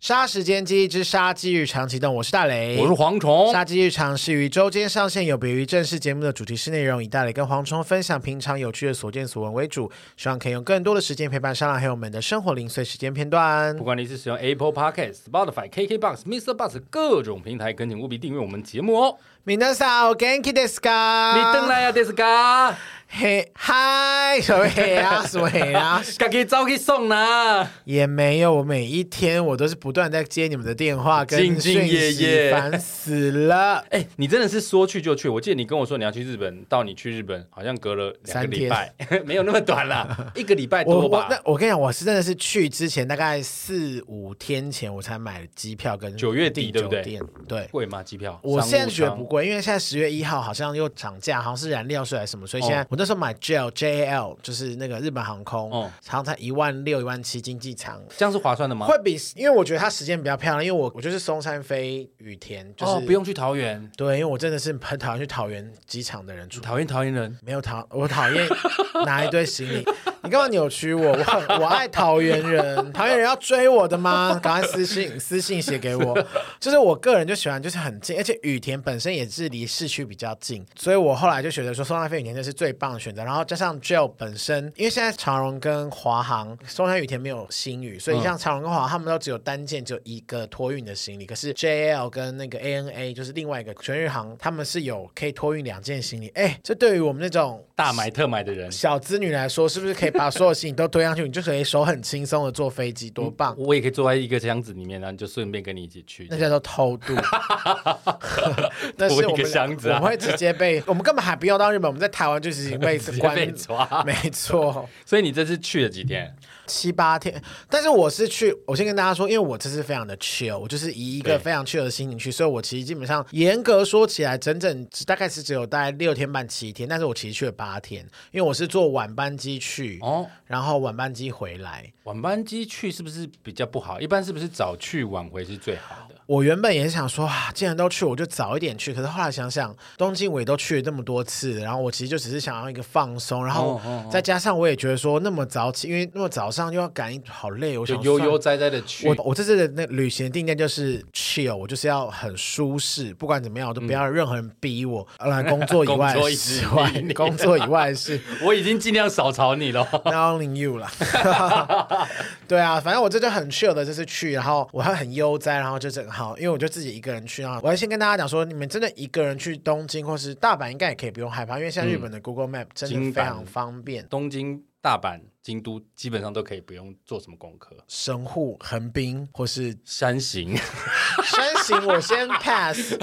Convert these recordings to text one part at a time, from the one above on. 杀时间机之杀鸡与长期动，我是大雷，我是蝗虫。杀鸡日常是于周间上线，有别于正式节目的主题式内容，以大磊跟蝗虫分享平常有趣的所见所闻为主，希望可以用更多的时间陪伴沙拉还有我们的生活零碎时间片段不。管你是使用 Apple Podcast、Spotify、KKBox、Mr. Bus 各种平台，恳请务必订阅我们节目哦。米娜萨我 Ganky d e s 你登 a 来啊呀，这是嘎，嘿嗨，什么嘿啊，什么嘿啊，赶紧早去送啦。也没有，我每一天我都是不断在接你们的电话跟兢兢业讯息业烦死了。哎、你真的是说去就去。我记得你跟我说你要去日本，到你去日本好像隔了两个三天礼拜， 没有那么短啦， 一个礼拜我多我吧那。我跟你讲，我是真的是去之前大概四五天前我才买了机票跟九月底订对不对酒店？对，贵吗？机票？我商务现在觉得舱不贵，因为现在十月一号好像又涨价，好像是燃料税还是什么，所以现在哦我那时候买 JAL JAL 就是那个日本航空，哦好像才一万六一万七经济舱。这样是划算的吗？会比，因为我觉得它时间比较漂亮，因为我我就是松山飞羽田，就是、哦，不用去桃园，对，因为我真的是很讨厌去桃园机场的人出讨厌桃园人。没有讨，我讨厌拿一堆行李。你干嘛扭曲我？我很我爱桃园人，桃园人要追我的吗？赶快私信 私信写给我。就是我个人就喜欢，就是很近，而且羽田本身也是离市区比较近，所以我后来就觉得说松山飞羽田这是最棒的选择。然后加上 JAL 本身，因为现在长荣跟华航、松山羽田没有新羽，所以嗯像长荣跟华航他们都只有单件只有一个托运的行李，可是 JAL 跟那个 ANA 就是另外一个全日航，他们是有可以托运两件行李。哎，这对于我们那种大买特买的人，小资女来说，是不是可以把所有行李都推上去，你就可以手很轻松的坐飞机，多棒！我也可以坐在一个箱子里面，然后你就顺便跟你一起去那。叫做偷 渡，那是我多一们个箱子啊我们会直接被，我们根本还不用到日本，我们在台湾就是已经被 直接关被抓没错，所以你这次去了几天？七八天。但是我是去，我先跟大家说，因为我这次非常的 chill，我就是以一个对非常 chill 的心情去，所以我其实基本上严格说起来，整整只大概是只有大概六天半七天，但是我其实去了八天，因为我是坐晚班机去，哦，然后晚班机回来。晚班机去是不是比较不好？一般是不是早去晚回是最好的？我原本也是想说啊，既然都去，我就早一点去。可是后来想想，东京我也都去了这么多次，然后我其实就只是想要一个放松，然后哦哦再加上我也觉得说那么早起，因为那么早上又要赶，好累。我就想悠算悠哉哉的去我。我这次的那旅行的定见就是 chill，我就是要很舒适，不管怎么样，我都不要任何人逼我。呃，工作以外嗯工作一直之外逼，你工作以外是我已经尽量少吵你了。 Not only you 啦，对啊，反正我这就很 chill 的这次去，然后我还很悠哉，然后就正好，因为我就自己一个人去啊。我要先跟大家讲说，你们真的一个人去东京或是大阪，应该也可以不用害怕，因为现在日本的 Google Map 真的嗯京非阪常方便。东京、大阪、京都基本上都可以不用做什么功课。神户、横滨或是山行，山行，我先 pass。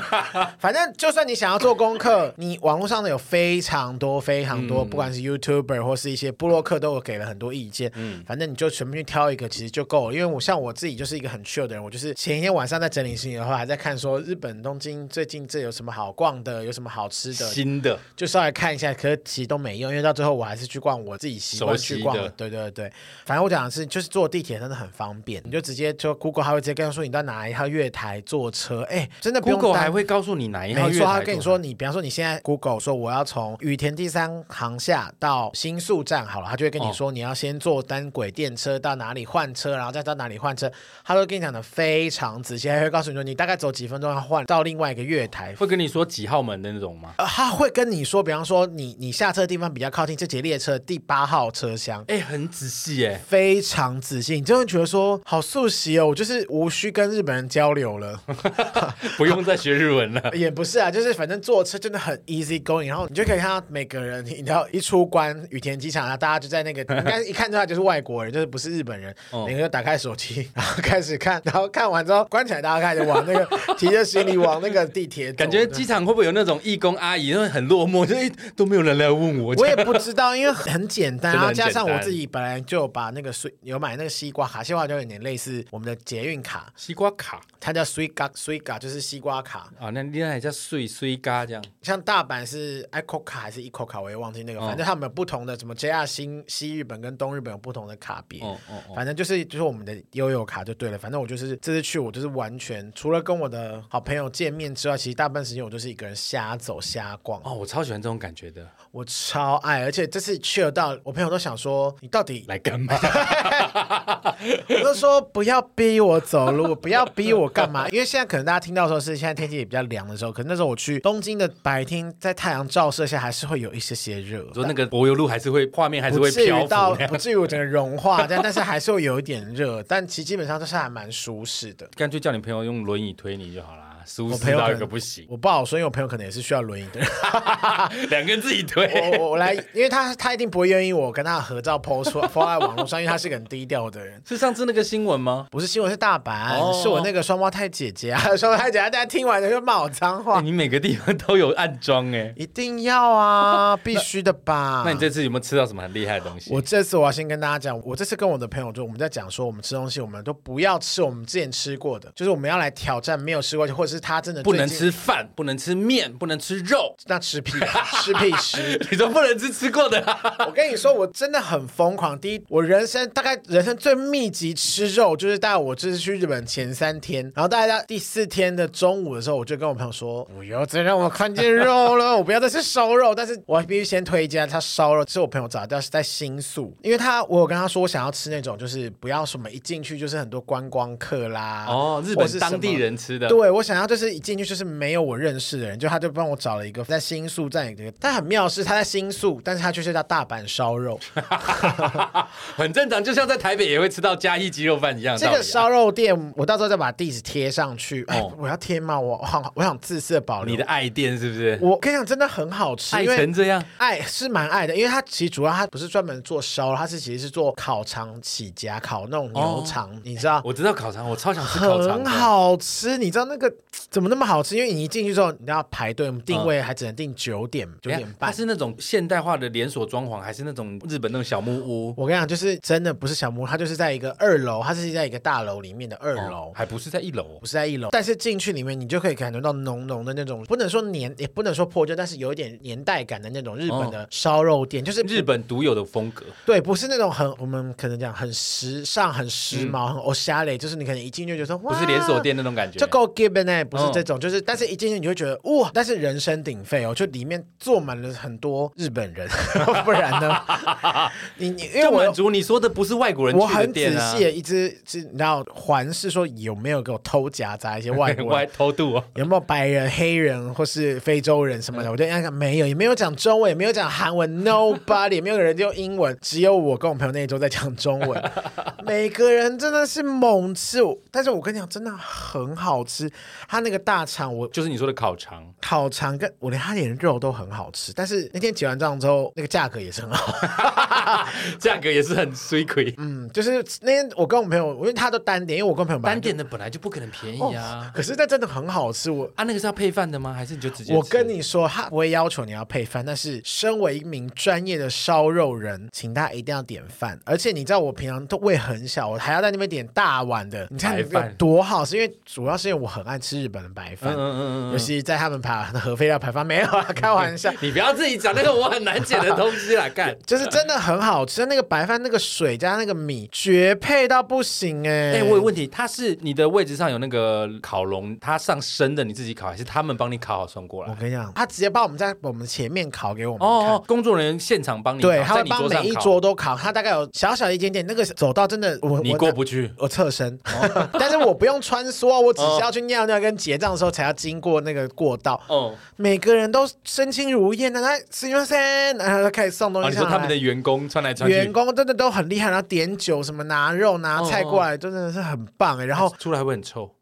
反正就算你想要做功课，你网络上的有非常多非常多，不管是 YouTuber 或是一些部落客，都有给了很多意见。嗯，反正你就全部去挑一个，其实就够了。因为我像我自己就是一个很 chill 的人，我就是前一天晚上在整理行李的话，还在看说日本东京最近这有什么好逛的，有什么好吃的，新的就稍微看一下，可是其实都没用，因为到最后我还是去逛我自己习惯熟悉去逛的。的对对对，反正我讲的是，就是坐地铁真的很方便，你就直接就 Google 还会直接跟他说你到哪一号月台坐车，哎，真的不用 Google 担还会告诉你哪一号没月错，台。哦他会跟你说，，你比方说你现在 Google 说我要从羽田第三航下到新宿站好了，他就会跟哦你说你要先坐单轨电车到哪里换车，然后再到哪里换车，他都跟你讲的非常仔细，还会告诉你说你大概走几分钟要换到另外一个月台，会跟你说几号门的那种吗？呃，他会跟你说，比方说你你下车的地方比较靠近这节列车第八号车厢。哎、很仔细哎、非常仔细，你真的觉得说好速习哦，我就是无需跟日本人交流 了， 不用再学日 文了。也不是啊，就是反正坐车真的很 easy going，然后你就可以看到每个人，你知道一出关羽田机场，然后大家就在 那个，应该一看出来就是外国人，就是不是日本人，哦每个人就打开手机，然后开始看，然后看完之后关起来，大家开始往那个提着行李往那个地铁走，感觉机场会不会有那种义工阿姨，因为很落寞，就哎都没有人来问我。 我也不知道，因为很简 单，然真的后很加上简我单自己本来就有把那个水有买那个西瓜卡，西瓜就有点类似我们的捷运卡，西瓜卡它叫 s u i g a s u i g a 就是西瓜卡。啊，那另外一家碎碎嘎这样，像大阪是 ICO 卡还是 ECO 卡，我也忘记那个，哦反正他们有不同的，什么 JR 新西日本跟东日本有不同的卡别。哦哦哦，反正就是就是我们的悠悠卡就对了，反正我就是这次去，我就是完全除了跟我的好朋友见面之外，其实大部分时间我就是一个人瞎走瞎逛。哦，我超喜欢这种感觉的。我超爱，而且这次去了到我朋友都想说，你到底来干嘛？ 我就说不要逼我走路，不要逼我干嘛？因为现在可能大家听到的时候是现在天气也比较凉的时候，可能那时候我去东京的白天，在太阳照射下还是会有一些些热。说那个柏油路还是会画面还是不会至漂于浮到那样不至于我整个融化，但但是还是会有一点热，但其实基本上就是还蛮舒适的。干脆叫你朋友用轮椅推你就好啦，舒我适朋友到可一个能不行，我不好说，因为我朋友可能也是需要轮椅的人。两个人自己推。我我我来，因为他他一定不会愿意我跟他的合照 PO 出 PO 在网络上，因为他是个很低调的人。是上次那个新闻吗？不是新闻是大阪，哦是我那个双胞胎姐姐啊，双胞胎姐姐，大家听完了就骂我脏话哎，你每个地方都有暗装哎。一定要 啊，必须的吧？那你这次有没有吃到什么很厉害的东西？啊我这次我要先跟大家讲，我这次跟我的朋友就我们在讲说，我们吃东西我们都不要吃我们之前吃过的，就是我们要来挑战没有吃过，或者是他真的不能最近，吃饭，不能吃面，不能吃肉。 那吃屁啊吃屁吃。你说不能吃吃过的啊、我跟你说，我真的很疯狂。第一，我人生大概人生最密集吃肉，就是大概我这次去日本前三天，然后大概到第四天的中午的时候，我就跟我朋友说，不要再让我看见肉了，我不要再吃烧肉。但是我必须先推荐他烧肉，是我朋友找到是在新宿，因为他我有跟他说我想要吃那种就是不要什么一进去就是很多观光客啦，哦，日或本是什当么地人吃的，对，我想要就是一进去就是没有我认识的人，就他就帮我找了一个在新宿站有一个，但很妙的是他在新宿，但是他却是叫大阪烧 肉。很正常，就像在台北也会吃到嘉义鸡肉饭一样的这道理啊。个烧肉店，我到时候再把地址贴上去。哎哦我要贴吗？我我想我想自私的保留你的。爱店是不是？我跟你讲，真的很好吃，爱因为成这样，爱是蛮爱的，因为它其实主要它不是专门做烧，它是其实是做烤肠起家，烤那种牛肠，你知道。哦 我知道烤肠，我超想吃烤肠很的。哎好吃，你知道那个怎么那么好吃？因为你一进去之后，你要排队，我们定位还只能定九点九等一下点嗯哎它半。是那种现代化的连锁装潢，还是那种日本那种小木屋？我跟你讲，就是真的不是小木屋，它就是在一个二楼，它是在一个大楼里面的二楼哦，还不是在一楼哦不是在一楼，但是进去里面你就可以感觉到浓浓的那种，不能说年也不能说破旧，但是有一点年代感的那种日本的烧肉店，就是哦日本独有的风格。对，不是那种很我们可能讲很时尚、很时髦、很 o s h a l e 就是你可能一进去就说哇，嗯不是连锁。店那哦种感觉就。够 given 哎，不是这种，就是但是一进去你会觉得哇，但是人声鼎沸哦，就里面坐满了很多日本人， 不然 呢？你你因为就我满足你说的不是外国人我去的很仔店啊，细地一直是你知道环视说有没有给我偷夹杂一些外 国人外偷渡哦。有没有白人、黑人或是非洲人什么的？我就应该看没有，也没有讲中文，也没有讲韩文，nobody，也没有人用英文，只有我跟我朋友那一周在讲中文。每个人真的是猛吃，我但是我跟你讲，真的很好吃。他那个大肠，我就是你说的烤肠，烤肠跟我连他连肉都很好吃，但是那天结完账之后，那个价格也是很好。价格也是很水亏。嗯，就是那天我跟我朋友，因为他都单点，因为我跟朋友买单点的本来就不可能便宜啊。可是那真的很好吃，我啊，那个是要配饭的吗？还是你就直接吃？我跟你说，他不会要求你要配饭，但是身为一名专业的烧肉人，请大家一定要点饭。而且你知道，我平常都胃很小，我还要在那边点大碗的，你看白饭有多好，是因为主要是因为我很爱吃日本的白嗯，饭，嗯嗯嗯尤嗯，其在他们排合肥料排饭没有啊，开玩 笑。你不要自己讲那个我很难解的东 西啦，干。就是真的很好吃，那个白饭、那个水加那个米，绝配到不行哎、哎、我有问题，它是你的位置上有那个烤笼，它上生的，你自己烤，还是他们帮你烤好送过我来？跟你讲，他直接把我们在我们前面烤给我们看。哦哦，工作人员现场帮你烤，啊对，他在会你帮桌上每一烤，桌都烤，他大概有小小一间点，那个走道真的我你我过不哦去。我侧身， 但是我不用穿梭，啊我只是要去尿尿跟结账的时候才要经过那个过道。哦，每个人都身轻如燕的，来十元三，然后就开始送东啊，西你说上他们的来。员工穿来穿去，员工真的都很厉害，然后点酒什么拿肉哦拿菜过来，真的是很棒哎。然后呃出来会很臭。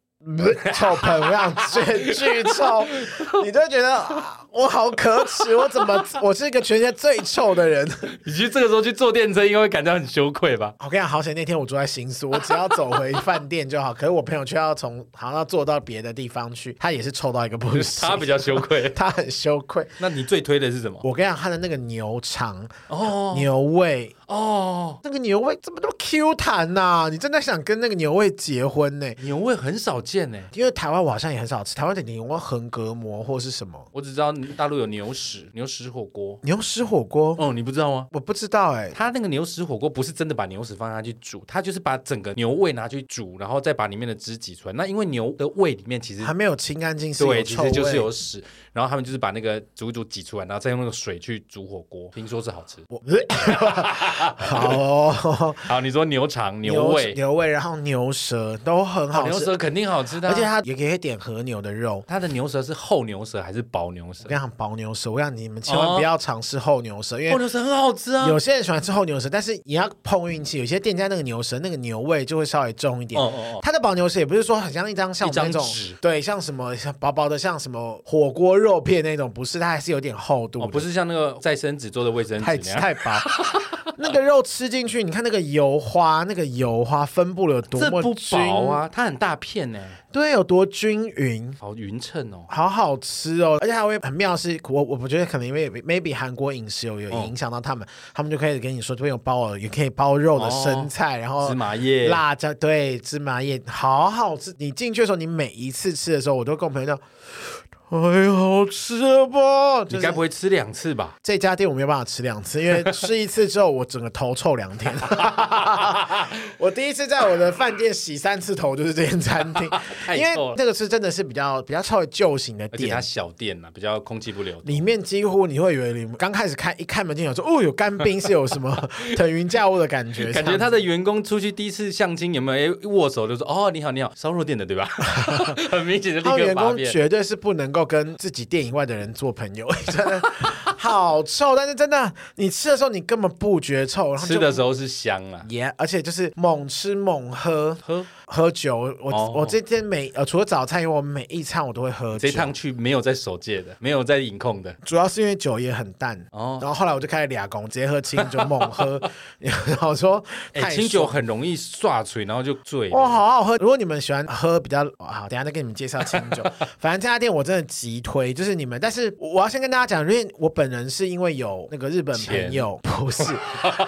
臭朋友巨巨臭， 你就觉得啊我好可耻，我怎么我是一个全世界最臭的人？ 你去这个时候去坐电车，应该会感到很羞愧吧？我跟你讲，好险那天我住在新宿，我只要走 回饭店就好。可是我朋友却要从好像要坐到别的地方去，他也是臭到一个不行。他，比较羞愧 他很羞愧。那你最推的是什么？我跟你讲，他的那个牛肠、哦牛胃，哦，那个牛胃怎么那么 Q 弹呐、你真的想跟那个牛胃结婚呢、牛味很少见呢。哎因为台湾我好像也很少吃，台湾的牛肉横膈膜或是什么，哦我只知道大陆有牛屎，牛屎火锅。牛屎火锅，哦，你不知道吗？我不知道哎，他那个牛屎火锅不是真的把牛屎放下去煮，他就是把整个牛胃拿去煮，然后再把里面的汁挤出来。那因为牛的胃里面其实还没有清干净，是有对，其臭实味，就是有屎，然后他们就是把那个煮一煮挤出来，然后再用那个水去煮火锅，听说是好吃。我 好哦，好，你说牛肠、牛胃、牛胃，然后牛舌都很好好牛吃，舌肯定好吃的啊、而且它也可以点和牛的肉。它的牛舌是厚牛舌还是薄牛舌我？跟你讲，薄牛舌，我跟你讲，你们千万不要尝试厚牛舌，因哦厚为牛舌很好吃啊。有些人喜欢吃厚牛舌，但是也要碰运气。有些店家那个牛舌，那个牛味就会稍微重一点。哦哦哦它的薄牛舌也不是说很像一张像我们那一种张纸，对，像什么像薄薄的，像什么火锅肉片那种，不是，它还是有点厚度的、哦，不是像那个再生纸做的卫生纸太那样，太薄。那个肉吃进去，你看那个油花，那个油花分布了有多这么不均薄啊，它很大片呢、对，有多均匀，好匀称哦。好好吃哦！而且还会很妙的是，我我我觉得可能因为 maybe 韩国饮食有有哦影响到他们，他们就开始跟你说这边有包了，也可以包肉的生菜，然后哦芝麻叶辣椒，对，芝麻叶，好好吃。你进去的时候，你每一次吃的时候，我都跟我朋友讲，太好吃了吧！就你是该不会吃两次吧？这家店我没有办法吃两次，因为吃一次之后，我整个头臭两天。 我第一次在我的饭店洗三次头，就是这间餐厅， 太因为臭了那个是真的是比较比较稍微旧型的而且店它，小店啊呐、比较空气不流通。里面几乎你会以为你刚开始开一开门进来说哦有干冰是有什 么 腾云驾雾的感觉，感这觉样他的员工出去第一次相亲有没有哎握手就说哦你好你好烧肉店的 对吧？很明显的他们立刻员把工变。绝对是不能够跟自己店以外的人做朋友， 真的好臭。但是真的你吃的时候你根本不觉臭，然后就吃的时候是香啊，耶而且就是猛吃猛喝。喝喝酒，我、哦我这天每呃除了早餐以外，我每一餐我都会喝这酒一。趟去没有在守戒的，没有在饮控的。主要是因为酒也很淡，哦然后后来我就开始俩拱，直接喝清酒猛 喝，然后说哎、太清酒爽很容易刷嘴，然后就醉了。哇、好好喝！如果你们喜欢喝比较好，等一下再跟你们介绍清酒。反正这家店我真的极推，就是你们。但是我要先跟大家讲，因为我本人是因为有那个日本朋友，不是，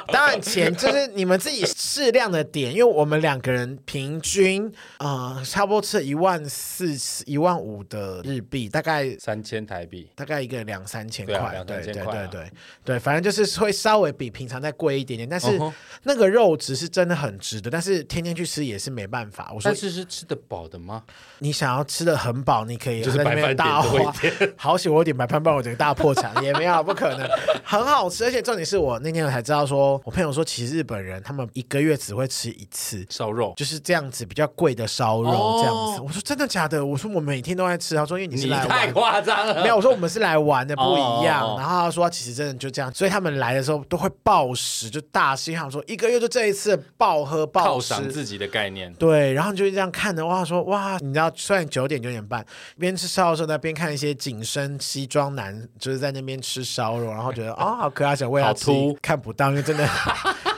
当然钱就是你们自己适量的点，因为我们两个人平均啊、呃差不多吃一万四、一万五的日币，大概三千台币，大概一个两三千对啊块，两对三对对千块对啊对对，反正就是会稍微比平常再贵一点点，但是嗯哼那个肉质是真的很值得，但是天天去吃也是没办法。我说但是是吃得饱的吗？你想要吃的很饱，你可以就是在那白边饭大点多一花， 好险我有点白饭，不然我整个大破产也没有，啊不可能，很好吃，而且重点是我那天我才知道说，我朋友说其实日本人他们一个月只会吃一次。烧肉，就是这样子，比较贵的烧肉哦这样子。我说真的假的？我说我每天都在吃。他说因为你是你来玩太夸张了。没有，我说我们是来玩的，不一样。嗯哦哦哦然后他说，其实真的就这样，所以他们来的时候都会暴食，就大吃。想说一个月就这一次暴喝暴犒赏吃。自己的概念。对，然后你就这样看着哇，说哇，你知道，虽然九点九点半边吃烧肉的时候呢，边看一些紧身西装男，就是在那边吃烧肉，然后觉得啊、好可爱，想喂他好吃秃，看不到，因为真的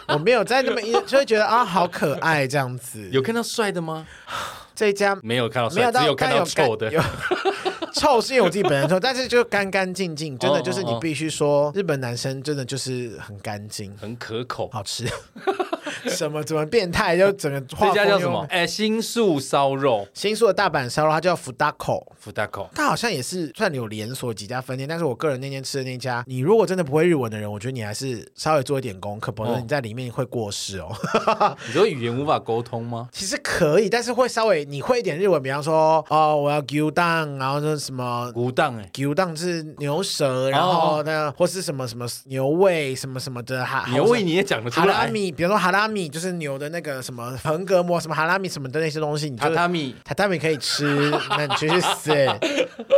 我没有在那么一，就会觉得啊、好可爱这样子。 有看到帅的吗？这一家没有看到没有帅，到只有看但到有干臭的。有臭是因为我自己本人臭，但是就干干净净，真的就是你哦哦哦必须说，日本男生真的就是很干净，很可口，好 吃。什么怎么变态？就整个画风这家叫什又么？？哎，新宿烧肉，新宿的大阪烧肉，它叫福大口，福大口。它好像也是算有连锁几家分店，但是我个人那天吃的那家，你如果真的不会日文的人，我觉得你还是稍微做一点功课，否则哦你在里面会过世哦。 你说语言无法沟通吗？其实可以，但是会稍微你会一点日文，比方说哦，我要 g u d a n 然后说什么无当哎，牛当是牛舌，然后呢，或是什么什么牛胃什么什么的，哈牛胃你也讲得出哈拉来。米，比如说哈拉米就是牛的那个什么横膈膜，什么哈拉米什么的那些东西，你就榻榻米，榻榻米可以吃， 那你就去死。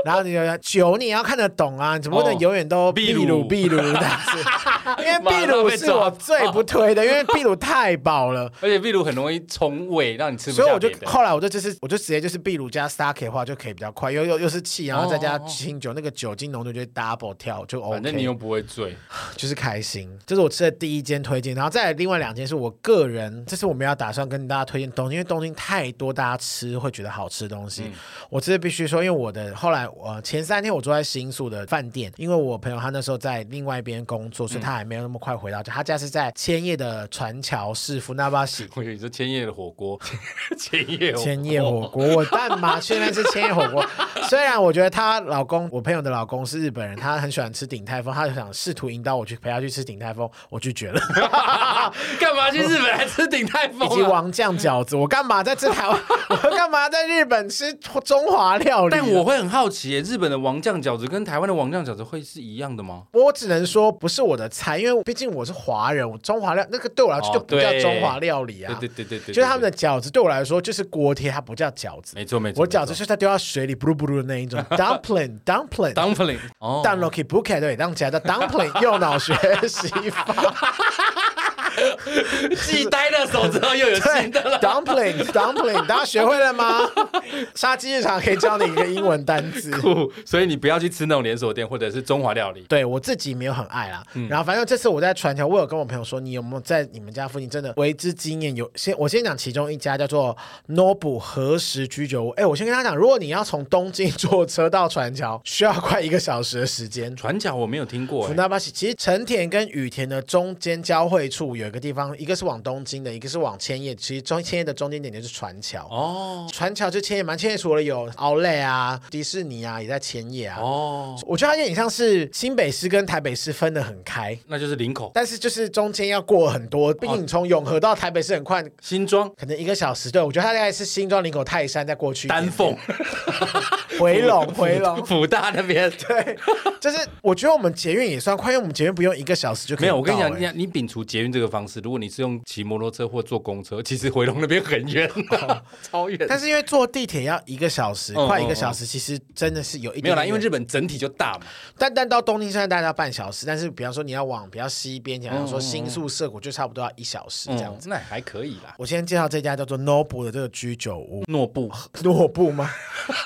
然后你就酒你也要看得懂啊，你怎么不能哦永远都秘秘鲁鲁秘鲁的？ 是因为秘鲁是我最不推的，因为秘鲁太饱了。而且秘鲁很容易冲胃，让你吃不所以下我就别的。后来我就就是我就直接就是秘鲁加 sake 的话就可以比较快，又又又是气，然后再加哦哦哦清酒，那个酒精浓度就会 double 跳，就 OK。反正你又不会醉，就是开心，这是我吃的第一间推荐，然后再来另外两间是我个人，这是我们要打算跟大家推荐东京，因为东京太多大家吃会觉得好吃的东嗯西，我这必须说，因为我的后来我前三天我住在新宿的饭店，因为我朋友他那时候在另外一边工作，所以他还没有那么快回到家，他家是在千叶的船桥市福那巴喜。我以为你说 千叶的火锅，千叶火锅 千叶火锅，我干嘛去那吃千叶火锅？虽然我觉得她老公，我朋友的老公是日本人，他很喜欢吃鼎泰丰，他就想试图引导我去陪他去吃鼎泰丰，我拒 绝了。干嘛去日本还吃鼎泰以及丰啊？王酱饺子，我干嘛在这台湾？我干嘛在日本吃中华料理？啊但我会很好奇耶，日本的王酱饺子跟台湾的王酱饺子会是一样的吗？我只能说不是我的菜，因为毕竟我是华人，我中华料那个对我来说哦就不叫对中华料理啊。对对对对对，就是他们的饺子对我来说就是锅贴，它不叫饺子。没错没错，我饺子是它丢到水里，布鲁布鲁的那一 种 dumpling dumpling。 dumpling 哦，但 Loki b u k e 对，当起来的 dumpling 右脑学习法，既呆的手指头又有对 新的了。 dumpling dumpling，大家学会了 吗？杀鸡日常可以教你一个英文单词。酷，所以你不要去吃那种连锁店或者是中华料理。对我自己没有很爱啦。嗯然后反正这次我在传球，我有跟我朋友说，你有没有在你们家附近真的为之惊艳？有先我先讲其中一家叫做 Nobu 何时居酒屋。哎，我先跟他讲，如果你要从东京坐车到船桥，需要快一个小时的时间。船脚我没有听过、福欸，纳巴西其实成田跟羽田的中间交汇处有一个地方，一个是往东京的，一个是往千叶。其实中千叶的中间点就是船桥。哦船桥就千叶嘛，千叶除了有奥莱啊、迪士尼啊，也在千叶啊。哦，我觉得它有点像是新北市跟台北市分得很开，那就是林口、但是就是中间要过很哦多，毕竟你从永和到台北市很快，新庄、可能一个小时。对，我觉得它大概是新庄、林口、泰山再过去一点丹凤、回 龙，回龙。福大那 边。对，就是我觉得我们捷运也算快，因为我们捷运不用一个小时就可以没有，我跟你到讲，你欸你摒除捷运这个方式，如果你是用骑摩托车或坐公车，其实回龙那边很远、超远。哦但是因为坐地铁要一个小时，嗯快一个小时，其实真的是有一点没有啦，点因为日本整体就大嘛。但但到东京站大概要半小时，但是比方说你要往比较西边，比方说新宿、涩谷，就差不多要一小时这样嗯子。那还可以啦。我先介绍这家叫做 Nobu 的这个居酒屋， 诺布诺布吗？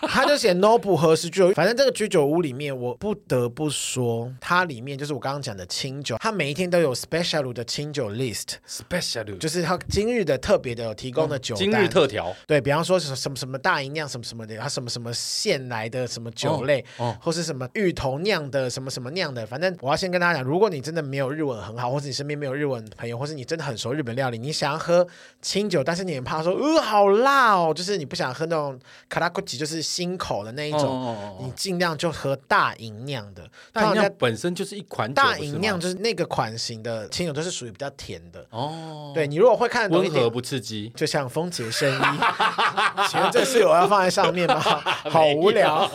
他就写 Nobu 何时居酒屋，反正这个居酒屋里面，我不得不说，它里面就是我刚刚讲的清酒，它每一天都有 special 的清酒 list， special 就是它今日的特别的有提供的酒单。哦今日特调，对比方说什么什么什么大吟酿什么什么的，啊它什么什么现来的什么酒类，哦哦或是什么芋头酿的什么什么酿的，反正我要先跟大家讲，如果你真的没有日文很好，或是你身边没有日文朋友，或是你真的很熟日本料理，你想要喝清酒，但是你很怕说，呃，好辣哦，就是你不想喝那种卡拉库奇，就是新口的那一种，哦哦哦哦你尽量就喝大吟酿的。大通常吟在酿本身就是一款酒，大不是吗吟酿就是那个款型的清酒，都是属于比较甜的。哦，对你如果会看得懂一温点和不刺激。就像风杰声衣， 请问这是我要放在上 面吗？好无聊。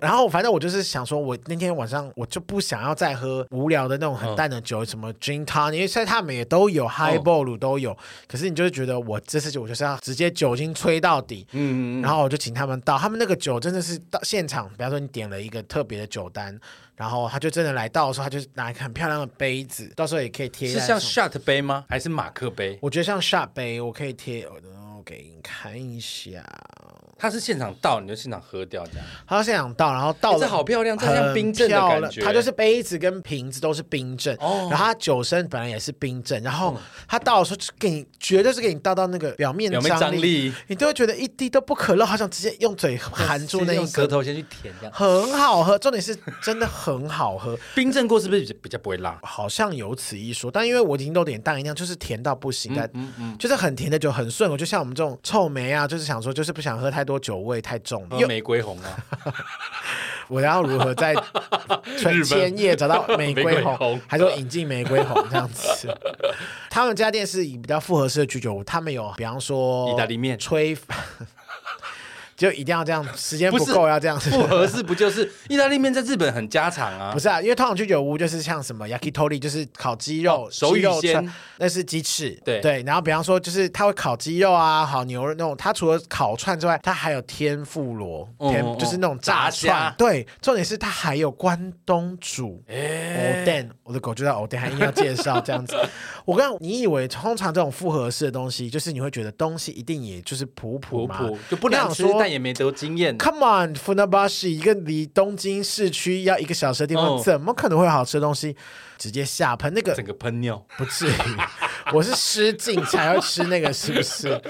然后反正我就是想说，我那天晚上我就不想要再喝无聊的那种很淡的嗯酒，什么 gin t o n 因为现在他们也都有 highball 都有。可是你就是觉得我这次酒我就是要直接酒精吹到底。嗯，然后我就请他们倒，他们那个酒真的是到现场，比方说你点了一个特别的酒单，然后他就真的来倒的时候，他就拿一个很漂亮的杯子，到时候也可以贴在是像上 shot 杯吗？还是马克杯？我觉得像下杯，我可以贴，我给你看一下。它是现场倒，你就现场喝掉这样。他现场倒，然后倒欸了，这好漂亮，这像冰镇的很漂感亮觉。它就是杯子跟瓶子都是冰镇，哦嗯然后它酒身本来也是冰镇，然后它倒的时候就给你，绝对是给你倒到那个表面表面张力，你都会觉得一滴都不可漏，好想直接用嘴含住那用一 舌个。头先去舔这样。很好喝，重点是真的很好喝，冰镇过是不是比较比较不会辣？好像有此一说，但因为我已经都点淡一样，就是甜到不行，但嗯嗯，就是很甜的酒很顺口，就像我们这种臭梅啊，就是想说，就是不想喝太多酒味太重的。喝又嗯玫瑰红啊，我要如何 在日全本千叶找到玫瑰 玫瑰红红，还说引进玫瑰红这样子？他们这家店是以比较复合式的居酒屋，他们有比方说意大利 面吹， 就一定要这样，时间不不是够要这样子。不合适不就是意大利面在日本很家常啊不？是啊，因为通常居酒屋就是像什么 yakitori，就是烤鸡肉、哦手鸡语肉先串，那是鸡翅。对对，然后比方说就是它会烤鸡肉啊、烤牛肉那种，它除了烤串之外，它还有天妇罗，嗯天嗯就是那种嗯炸炸串虾。对，重点是它还有关东煮。哎， Oden，我的狗就在 Oden，还硬要介绍这样子。 我刚你以为通常这种复合式的东西，就是你会觉得东西一定也就是普普普嘛，普就不难吃你想，说但也没得经验。 Come on，f u n a b a s h i 一个离东京市区要一个小时的地方，嗯怎么可能会有好吃的东西？直接下喷那个整个喷尿，不至于。 我是失禁才会吃那个，是不是？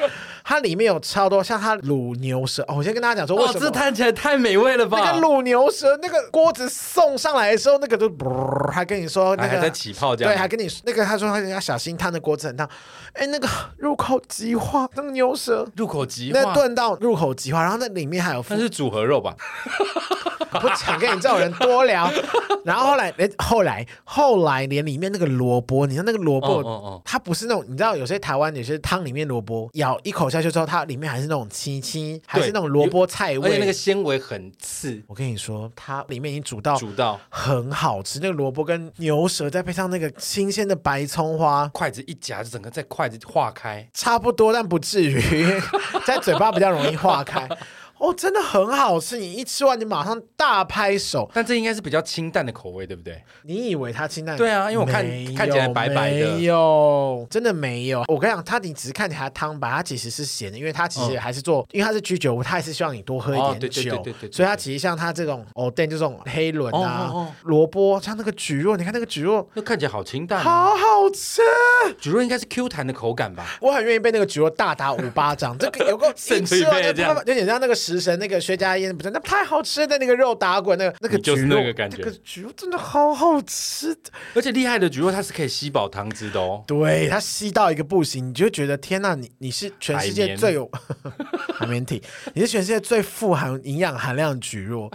它里面有超多，像它卤牛舌哦。我先跟大家讲说，为哇，什这么看起来太美味了那吧个！卤牛舌那个锅子送上来的时候，那个就啵还跟你说那哎还个在起泡这对，还样，跟你那个他说他要小心烫的锅子很烫，哎，那个入口即化，那个牛舌。入口即那化，炖到入口即化，然后那里面还有附那是组合肉吧？不想跟你这种人多 聊。然后后来，连后来后来连里面那个萝卜，你知道那个萝卜，哦哦哦它不是那种你知道有些台湾有些汤里面萝卜咬一口下去之后，它里面还是那种青青，还是那种萝卜菜而且味。那个纤维很刺，我跟你说，它里面已经煮到煮到很好吃，那个萝卜跟牛舌再配上那个新鲜的白葱花。筷子一夹，就整个在筷子化开。差不多，但不至于， 因为在嘴巴比较容易化开。哦，真的很好吃，你一吃完你马上大拍手。但这应该是比较清淡的口味，对不对？你以为它清淡？对啊因为我看没有看起来白白的没有，真的没有。我跟你讲，它你只是看起来汤白，它其实是咸的，因为它其实嗯还是做，因为它是居酒屋，它还是希望你多喝一哦点酒，对对对对对对所以它其实像它这种哦，对，就这种黑轮啊、哦哦哦萝卜，像那个蒟蒻，你看那个蒟蒻那看起来好清淡、啊，好好吃，煮肉应该是 Q 弹的口感 吧？我很愿意被那个橘肉大打五巴 掌，这个有个胜吃罪完被就这样啪啪有点像那个食神那个薛家燕，不是那太好吃的那个肉打滚，那个那个你就是橘肉那个感觉那个橘肉真的好好吃，而且厉害的煮肉它是可以吸饱汤汁的哦。对它吸到一个不行，你就会觉得天呐，你你是全世海界绵最有 海绵体，你是全世界最富含营养含量的橘肉，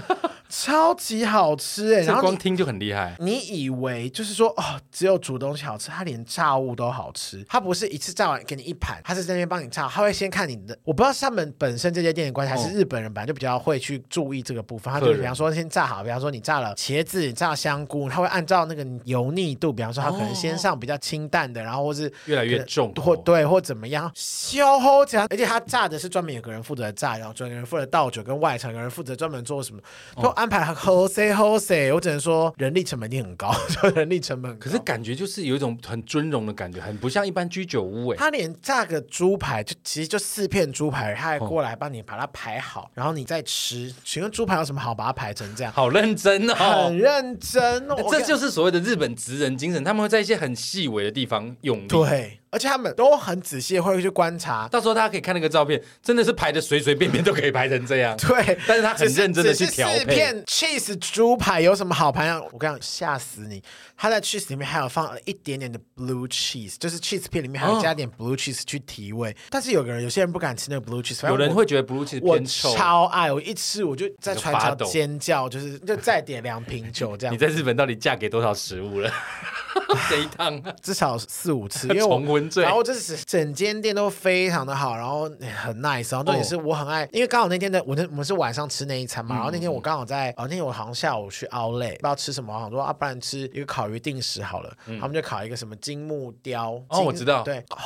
超级好吃哎、这然后光你。听就很厉害，你以为就是说哦，只有煮东西好吃，它连炸物都好吃。它不是一次炸完给你一盘，它是在那边帮你炸，它会先看你的。我不知道是他们本身这些店的关系，还是日本人本来就比较会去注意这个部分。他就客比人方说先炸好，比方说你炸了茄子，你炸香菇，他会按照那个油腻度，比方说他可能先上比较清淡的，然后或是越来越重哦口或对或怎么样，消齁起来。而且他炸的是专门有个人负责炸，然后专门有人负责倒酒跟外场，有个人负责专门做什么，都安排 Jose Jose。我只能说人力成本一定很高，就人力成本很高。可是感觉就是有一种很尊荣的感觉，很不像一般居酒屋哎、他连炸个猪排，就其实就四片猪排，他还过来帮你把它排好，然后你再吃。请问猪排有什么好把它排成这样？好认真哦很。认真哦，我这跟就是所谓的日本职人精神，他们会在一些很细微的地方用力。，对，而且他们都很仔细，会去观察。到时候大家可以看那个照片，真的是排的随随便便都可以排成这样。 对，但是他很只认真的只去是调四配。片 cheese 猪排有什么好排啊？我跟你讲，吓死你！它在 cheese 里面还有放了一点点的 blue cheese，就是 cheese 片里面还有加哦点 blue cheese 去提味。但是有个人，有些人不敢吃那个 blue cheese，反正有人我会觉得 blue cheese 我偏臭，超爱，我一吃我就在船发上抖尖叫，就是就再点两瓶酒这样你，在日本到底嫁给多少食物了？ 这一趟啊至少四五 次，因为我重温罪然后就是整间店都非常的好，然后很 nice，然后重哦点是我很爱，因为刚好那天的我那我们是晚上吃那一嗯餐嘛，然后那天我刚好在，哦那天我好像下午去 Outlet，不知道吃什么，我想说啊，不然吃一个烤鱼定食好了，他们就烤一个什么金木雕，金嗯我知道对，哦，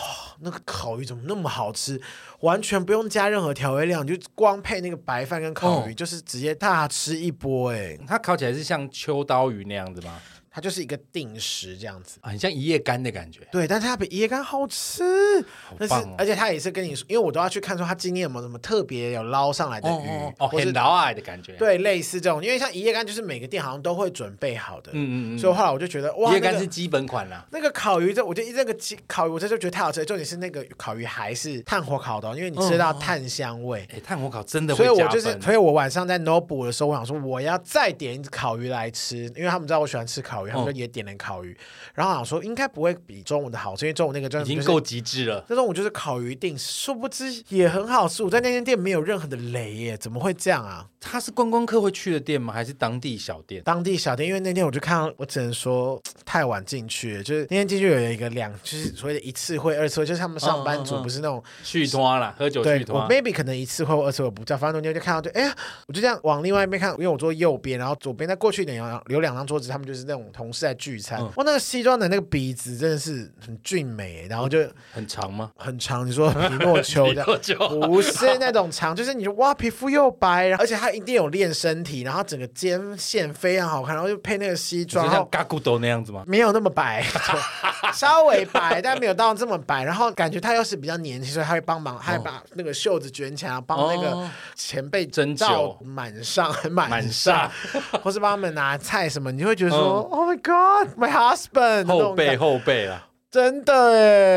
那个烤鱼怎么那么好吃，完全不用加任何调味料，你就光配那个白饭跟烤哦鱼，就是直接大吃一波，哎，它烤起来是像秋刀鱼那样子吗？它就是一个定食这样子。啊很像一夜干的感觉。对，但是它比椰干好吃，但是棒哦而且它也是跟你说，因为我都要去看说它今天有没有什么特别有捞上来的鱼，哦哦，或很是老爱的感觉。，对类似这种，因为像椰干就是每个店好像都会准备好的，嗯嗯嗯所以后来我就觉得哇，一夜那干个是基本款啦。那个烤鱼，这我就一那个鸡烤鱼，我这就觉得太好吃了。重点是那个烤鱼还是炭火烤的哦，因为你吃嗯到炭香味。哎，炭火烤真的所会以我加就是，分。所以我晚上在 Nobu 的时候，我想说我要再点一只烤鱼来吃，因为嗯他们知道我喜欢吃烤鱼，他们就也点了烤鱼。然后我想说应该不会比中午的好吃，因为中午那个真已的就经是够极致了。这种我就是烤鱼定，殊不知也很好吃。我在那间店没有任何的雷耶，怎么会这样啊？它是观光客会去的店吗？还是当地小店？当地小店，因为那天我就看到，我只能说太晚进去了，就是那天进去有一个两，就是所谓的一次会、二次会，就是他们上班嗯嗯族嗯不是那种，续托啦，喝酒续对我托。 maybe 可能一次会或二次会我不知道，反正中间就看到就哎呀，我就这样往另外一边看，因为我坐右边，然后左边再过去一点有有两张桌子，他们就是那种同事在聚餐，嗯哇、那个西装的那个鼻子真的是很俊美耶，然后就很长吗？很长，你 说皮诺丘这样。多 久？不是那种长，就是你就哇皮肤又白，然后而且他一定有练身体，然后整个肩线非常好看，然后又配那个西就装，然像后嘎咕豆那样子吗？没有那么白， 就稍微白，但没有到这么白。然后感觉他又是比较年轻，所以他会帮忙，还把那个袖子卷起来，帮那个哦前辈针罩灸满上满 满上上，或是帮他们拿菜什么，你就会觉得说、o h my God，my husband 那种嗯后感背后背啦，啊真的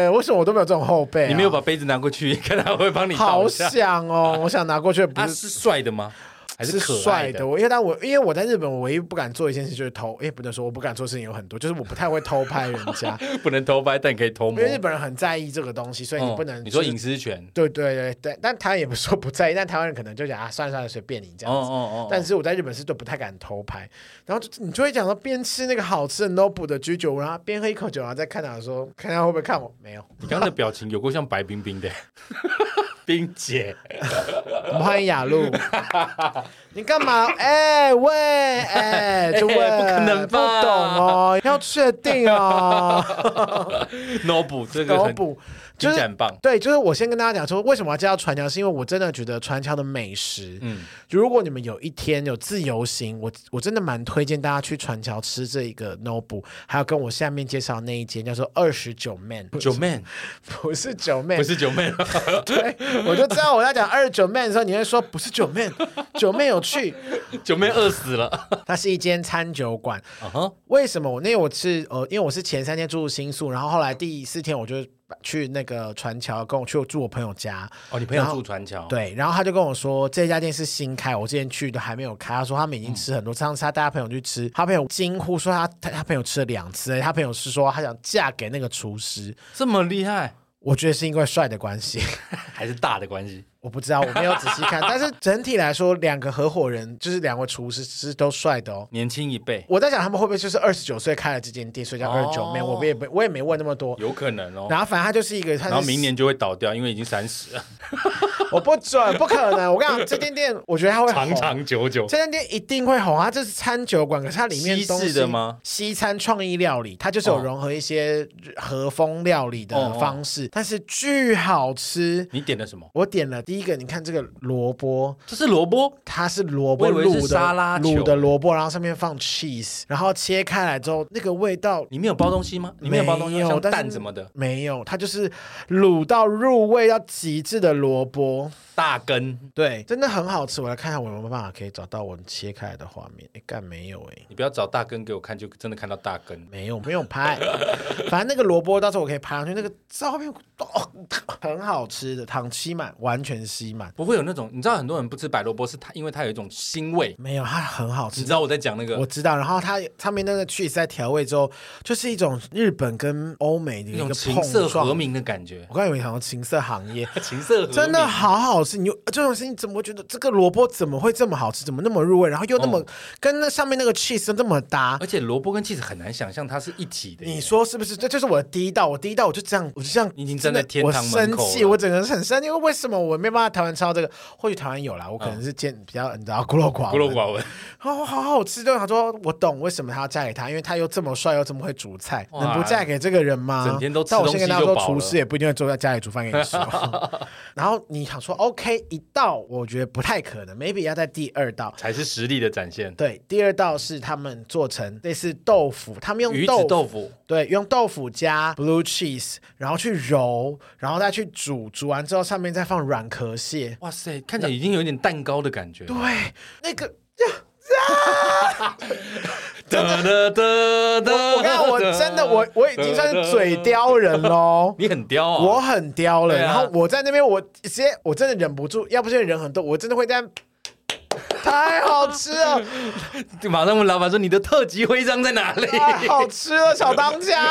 哎，为什么我都没有这种后背、啊？你没有把杯子拿过去，看他会帮你倒好一 下。想哦，我想拿过去 的不他是是帅的吗？还是可帅爱的，？我因为但我因为我在日本，我唯一不敢做一件事就是偷，也不能说我不敢做事情有很多，就是我不太会偷拍人 家，不能偷拍，但你可以偷因摸为。日本人很在意这个东西，所以你不能、嗯你说隐私权？对对对对，但台湾也不是说不在意，但台湾人可能就讲啊，算了算了，随便你这哦样子。哦哦，但是我在日本是都不太敢偷拍，然后就你就会讲到边吃那个好吃的 Nobu 的居酒屋，然后边喝一口酒，然后再看他说，看他会不会看我，没有，你刚刚的表情有够像白 冰冰的，冰姐。我们欢迎雅 露，你干嘛？哎、喂，哎、就问、哎不可能吧不懂哦，要确定哦， Nobu 这个脑很补就听起来是。很棒。对，就是我先跟大家讲说，为什么要介绍船桥，是因为我真的觉得船桥的美食，嗯，就如果你们有一天有自由行，我我真的蛮推荐大家去船桥吃这一个 Nobu，还有跟我下面介绍那一间叫做二十九 man，九妹不是九 man，不是九 妹，对，我就知道我在讲二十九 man 的时候，你会说不是九 man，九 man 有去，九妹饿 死了。它是一间餐酒馆。啊哈，为什么我那天我是呃，因为我是前三天住新宿，然后后来第四天我就去那个船桥，跟我去住我朋友家，哦，你朋友住船桥，对，然后他就跟我说这家店是新开，我之前去都还没有开。他说他们已经吃很多，上次他带他朋友去吃，他朋友惊呼说他他他朋友吃了两次，而且他朋友是说他想嫁给那个厨师。这么厉害，我觉得是因为帅的关系， 还是大的关系？我不知道，我没有仔细看，但是整体来说，两个合伙人就是两位厨师是都帅的哦。年轻一辈我在想他们会不会就是二十九岁开了这间店，所以叫二十九妹？我也没我也没问那么多。哦有可能哦。然后反正他就是一个，他然后明年就会倒掉，因为已经三十了， 我不准，不可能。我跟你讲，这间店我觉得他会长红长久久。啊这间店一定会红啊！这是餐酒馆，可是它里面东西西式的吗？西餐创意料理，它就是有融合一些和风料理哦的方式，但是巨好吃。你点的什么？我点了第一个，你看这个萝卜，这是萝卜，它是萝卜我以为是卤的沙拉球卤的萝卜，然后上面放 cheese，然后切开来之后，那个味道里面有包东西吗？里面有包东西吗，没有像但是蛋什么的，没有，它就是卤到入味到极致的萝卜，大根。对，真的很好吃。我来看看我有没有办法可以找到我切开来的画面，哎，干没有哎、你不要找大根给我看，就真的看到大根。没有没有拍， 反正那个萝卜到时候我可以拍上去，那个照片、 哦、很好吃的，糖吸满，完全吸满，不会有那种，你知道很多人不吃白萝卜，是它因为它有一种腥味。没有它很好你吃知。道我在讲那个我知道，然后它上面那个 cheese 在调味之后，就是一种日本跟欧美的一那个种碰情色撞和。鸣的感觉，我刚才以为想到情色行业，情色和鸣真的啊好好吃。你呃这种事情怎么会觉得这个萝卜怎么会这么好吃，怎么那么入味，然后又那么、哦跟那上面那个 cheese 那么搭？而且萝卜跟 cheese 很难想象它是一体的耶。你说是不是？这就是我的第一道，我第一道我就这样，我就这样，你已经站在天堂我门生口气，了我整个人很生气，因为为什么我没办法台湾吃到这个？或许台湾有啦，我可能是见比较你知道孤陋寡嗯孤陋闻。寡闻，哦，好好吃！对，他说我懂为什么他要嫁给他，因为他又这么帅，又这么会煮菜，哇能不嫁给这个人吗？整天都吃但我先东跟西他就说，饱厨了师也不一定会做在家里煮饭给你吃哦。 然后你想说 OK 一道，我觉得不太可能，maybe 要在第二道。才是实力的展现。对，第二道是他们做成类似豆腐，他们用鱼豆子腐豆腐，对，用豆腐加 blue cheese，然后去揉，然后再去煮，煮完之后上面再放软壳蟹。哇塞，看起来已经有点蛋糕的感觉。对，那个哒哒哒我哒，，看我真的我我已经算是嘴刁人喽 你很刁啊！我很刁了。对啊然后我在那边，我直接我真的忍不住，要不是因为人很多，我真的会在。 太好吃 了，就马上问老板说你的特级徽章在哪里？太好吃了，小当家！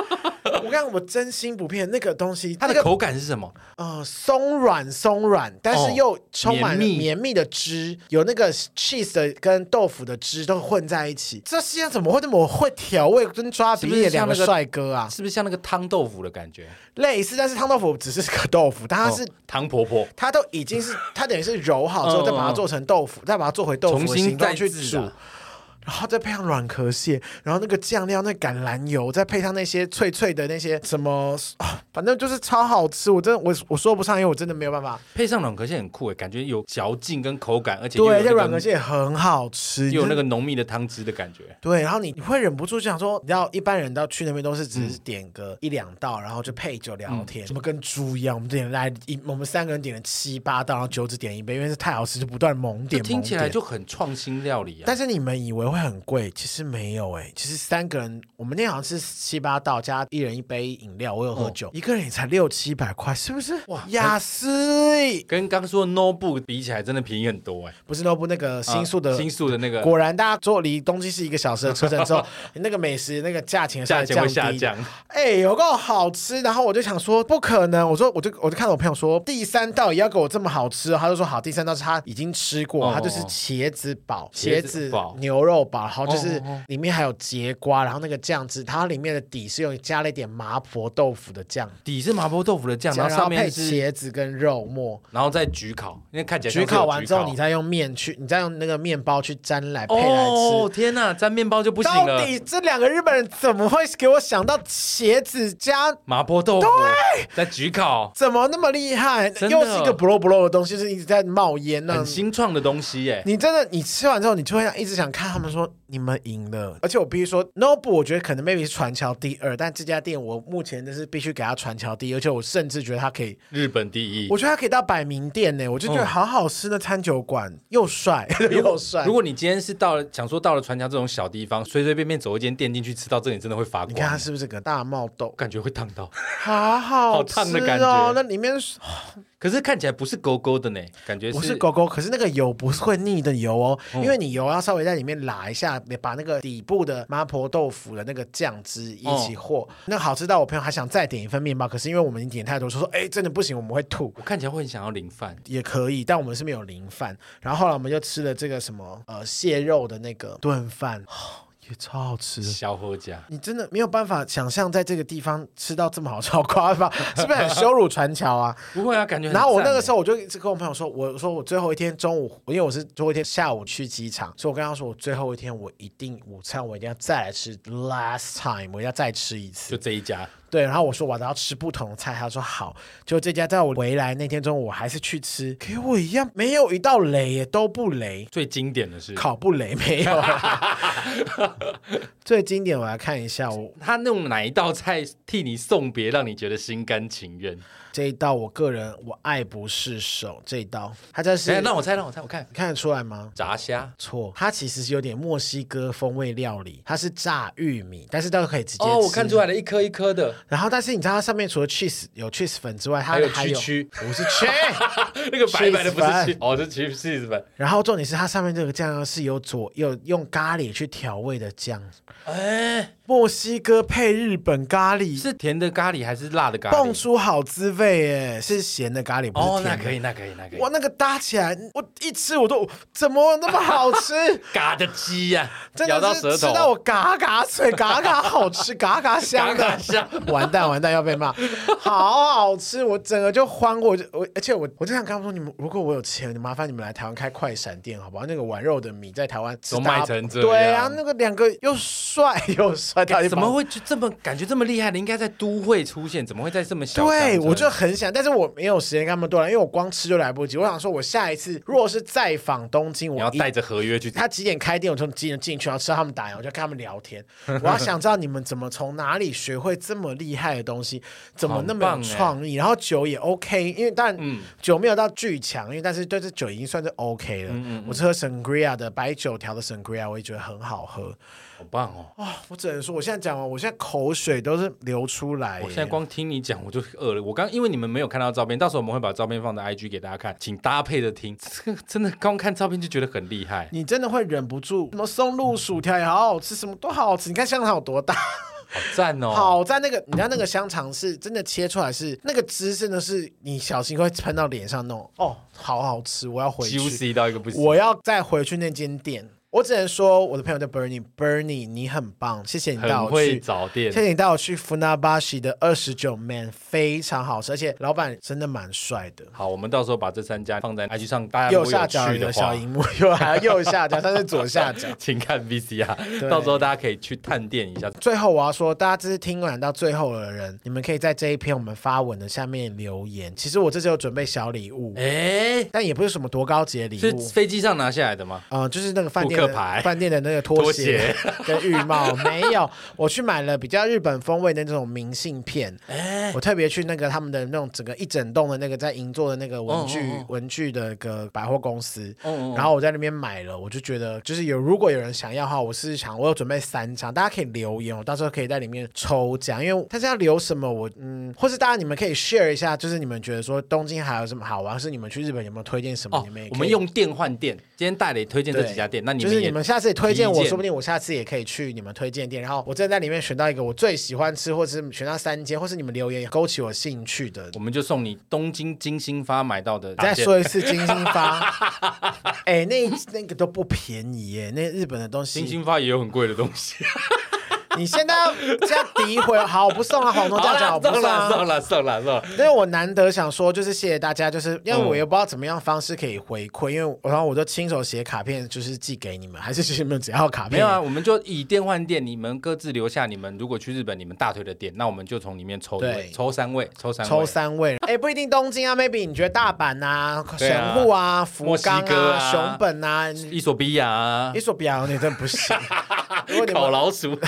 我看我真心不骗，那个东西，它那的个口感是什么？呃，松软松软，但哦是又充满了绵密绵密的汁，有那个 cheese 的跟豆腐的汁都混在一起。这世界上怎么会那么会调味跟抓比是不例是的两像个那个帅哥啊？是不是像那个汤豆腐的感觉？类似，但是汤豆腐只是个豆腐，但它是。哦汤婆婆，它都已经 是，它等于是揉好之后，嗯再把它做成豆腐，再把它做回豆腐重的新形状再去制煮啊，然后再配上软壳蟹，然后那个酱料、那橄榄油，再配上那些脆脆的那些什么，啊反正就是超好吃。我真的我我说不上，因为我真的没有办法。配上软壳蟹很酷诶，感觉有嚼劲跟口感，而且又有对，那这个软壳蟹很好吃，又有那个个浓密的汤汁的感觉。对，然后你你会忍不住就想说，你知道一般人到去那边都是只是点个一两道，然后就配酒聊天，嗯什么跟猪一样，我们点来一，我们三个人点了七八道，然后酒只点一杯，因为是太好吃，就不断猛点听起来猛点就很创新料理啊！但是你们以为会会很贵？其实没有哎、其实三个人，我们那天好像是七八道加一人一杯饮料，我有喝酒，一个人也才六七百块，是不是？嗯哇，雅思跟刚说的 Nobu 比起来，真的便宜很多哎、不是 Nobu 那个嗯新宿的啊新宿的那个果然，大家坐离东京市一个小时的车程之 后，那个美食那个价钱稍价微钱会降下低。降，哎、有够好吃！然后我就想说，不可能！我说，我就我就看我朋友说，第三道也要给我这么好吃哦、他就说好，第三道是他已经吃过，哦他就是茄子堡、茄茄子子堡牛肉堡，然后就是哦哦哦里面还有节瓜，然后那个酱汁，它里面的底是用加了一点麻婆豆腐的酱，底是麻婆豆腐的酱，然后上后配面是，茄子跟肉末。然后再焗烤，因为看起来像焗是有烤完之后，焗你再用面去，你再用那个面包去沾来配来吃。哦天哪，沾面包就不行了到，底这两个日本人怎么会给我想到茄子加？麻婆豆腐再焗烤，怎么那么厉害？真的又是一个 blow blow 的东西，就是一直在冒烟呢很。新创的东西耶、你真的，你吃完之后，你就会一直想看他们说你们赢了。而且我必须说，Nobu 我觉得可能 maybe 是传桥第二，但这家店我目前就是必须给他传桥第一，而且我甚至觉得它可以，日本第一我。觉得它可以到百名店呢。我就觉得嗯好好吃的餐酒馆，又帅又帅如。果你今天是到了想说到了船桥这种小地方，随随便便走一间店进去吃到这里，真的会发你看它光，是不是个大冒豆我？感觉会烫到。好好好吃烫的感哦觉！那里面可是看起来不是勾勾的呢，感觉不是是狗狗，可是那个油不是会腻的油哦，因为你油要稍微在里面拉一下，把那个底部的麻婆豆腐的那个酱汁一起和。那好吃到我朋友还想再点一份面包，可是因为我们已经点太多，说说哎真的不行，我们会吐。我看起来会很想要零饭。也可以，但我们是没有零饭。然后后来我们就吃了这个什么呃蟹肉的那个炖饭，哦也超好吃的。小喝家，你真的没有办法想象在这个地方吃到这么好吃，好夸吧？是不是很羞辱船桥啊？不会啊，感觉很然后我那个赞时候我就一直跟我朋友说，我说我最后一天中午，因为我是最后一天下午去机场，所以我跟他说我最后一天我一定午餐我一定要再来吃 last time，我一定要再吃一就次。这一家，对，然后我说我要吃不同的菜，他说好。就这家在我回来那天中午我还是去吃，给我一样没有一道雷耶，都不雷。最经典的是烤不雷没有啦， 最经典我来看一下，我他弄哪一道菜替你送别，让你觉得心甘情愿？这一道我个人我爱不释手这一道，它这是哎，让我猜，让我猜，我看你看得出来吗？炸虾。错，它其实是有点墨西哥风味料理，它是炸玉米，但是都可以直接哦，我看出来。来了，一颗一颗的，然后，但是你知道它上面除了 cheese 有 cheese 粉之外，它啊还有还蛐有蛐，不是 cheese。 那个白白的 cheese 不是饭 cheese，哦，是 cheese cheese 吧？然后重点是它上面这个酱料是有左右用咖喱去调味的酱，哎，墨西哥配日本咖喱，是甜的咖喱还是辣的咖蹦喱？出好滋味耶！是咸的咖喱，不哦是，那甜的。可以，那可以，那可以哇，。那个搭起来，我一吃我都怎么那么好吃？嘎的鸡呀、真咬到的是舌吃到头，我嘎嘎脆，嘎嘎好吃， 嘎嘎香 嘎嘎的，香 完蛋完蛋要被骂，好好吃，我整个就欢过，我就我而且我我就想跟他们说，你们如果我有钱，麻烦你们来台湾开快闪店好不好？那个碗肉的米在台湾都卖成这样哎对啊，那个两个又帅又帅，到底怎么？会就这么感觉这么厉害的？应该在都会出现，怎么会在这么小？对，我就很想，但是我没有时间跟他们多聊，因为我光吃就来不及。我想说，我下一次如果是再访东京，你我要一带着合约去。他几点开店，我从几点进去，然后吃到他们打烊，我就跟他们聊 天。我要想知道你们怎么从哪里学会这么厉害的东西，怎么那么欸有创意。然后酒也 OK，因为当然、嗯酒没有到巨强，因为但是对这酒已经算是 OK 了。嗯我是喝 Sangria 的白酒调的 Sangria，我也觉得很好喝。 好棒哦！哇、我只能说，我现在讲完，我现在口水都是流出来耶。我现在光听你讲我就饿了。我刚因为你们没有看到照片，到时候我们会把照片放在 IG 给大家看，请搭配着听。 这个真的光看照片就觉得很厉害，你真的会忍不住，什么松露薯条也好好吃，什么都好好吃。你看香肠有多大？好赞哦！ 好在那个，你知道那个香肠是真的切出来是那个汁，真的是你小心会喷到脸上那种。哦，好好吃，我要回去， ，juicy 到一个不行。我要再回去那间店。我只能说，我的朋友叫 Bernie，Bernie，你很棒，谢谢你带很我会去。找店谢，谢你带我去 Funabashi 的二十九 Man，非常好吃，而且老板真的蛮帅的。好，我们到时候把这三家放在 IG 上，大家如右果下有角去有的个小话，荧幕，右还有右下角， 但是左下角。 请看 VCR，到时候大家可以去探店一下。最后我要说，大家这是听完到最后的人，你们可以在这一篇我们发文的下面留言。其实我这次有准备小礼物，哎，但也不是什么多高级的礼是物，飞机上拿下来的吗？呃，就是那个饭店乐牌饭店的那个拖拖鞋鞋跟浴帽，没有。我去买了比较日本风味的那种明信片，我特别去那个他们的那种整个一整栋的那个在银座的那个文具哦哦哦文具的一个百货公司，嗯然后我在那边买了，我就觉得就是有如果有人想要的话，我是想我有准备三张，大家可以留言，我到时候可以在里面抽奖，因为但是要留什么我嗯，或是大家你们可以 share 一下，就是你们觉得说东京还有什么好玩，或是你们去日本有没有推荐什么？哦你们也，可我以们用电换电。今天大磊推荐这对几家店，那你就们是也你们下次也推荐提我，意见说不定我下次也可以去你们推荐店，然后我真的在里面选到一个我最喜欢吃，或是选到三间，或是你们留言也勾起我兴趣的。我们就送你东京金星发买到的。再说一次金星发， 哎、那那个都不便宜耶，那日本的东金西，星发也有很贵的东西。你现在要这样诋毁，好，我不送了，好多这样讲，我好不啦送送了了。送了送了送了。因为我难得想说，就是谢谢大家，就是因为我也不知道怎么样方式可以回馈，因为我然后我就亲手写卡片，就是寄给你们，还是其实你们只要卡片？没有啊，我们就以店换店，你们各自留下你们如果去日本你们大推的店，那我们就从里面抽一对位，抽三位，抽三位，抽三位，哎、不一定东京啊，maybe 你觉得大阪啊、对神啊户啊、福墨西冈哥啊、啊熊本啊，你伊索比亚啊你，所表扬你真的不 行。如果你烤们老鼠，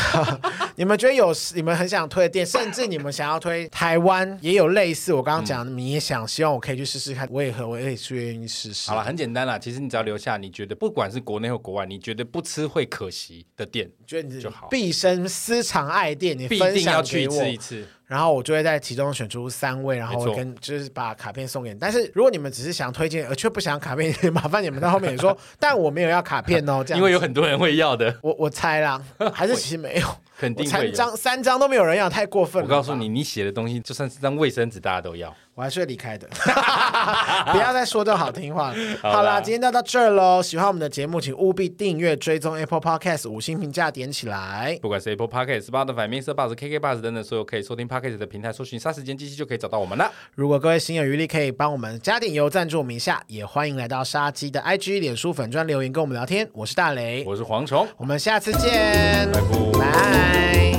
你们觉得有你们很想推的店，甚至你们想要推台湾也有类似我刚刚讲的，你也想希望我可以去试试看，我也和我也去愿意试试 好。了，很简单啦。其实你只要留下你觉得不管是国内或国外，你觉得不吃会可惜的店，觉得你就好毕生私藏爱店，你必分定要享去给我吃，一次。然后我就会在其中选出三位，然后没我错跟就是把卡片送给你。但是如果你们只是想推荐，而却不想卡片，麻烦你们到后面也 说，但我没有要卡片哦，这样子因为有很多人会要的，我我猜啦，还是其实没 有，肯我定会三有。张三张都没有人要，太过分我了。告诉，你，你写的东西就算是张卫生纸，大家都要。我还是会离开的。 不要再说这种好听话了。好啦好啦，今天就到这儿喽。喜欢我们的节目，请务必订阅、追踪 Apple Podcast，五星评价点起来。不管是 Apple Podcast、Spotify、Mixer Buzz、KK Buzz 等等所有可以收听 Podcast 的平台，搜寻“杀时间机器”就可以找到我们了。如果各位心有余力，可以帮我们加点油赞助我们一下，也欢迎来到杀鸡的 IG、脸书粉专留言跟我们聊天。我是大雷，我是蝗虫，我们下次见，拜拜。拜。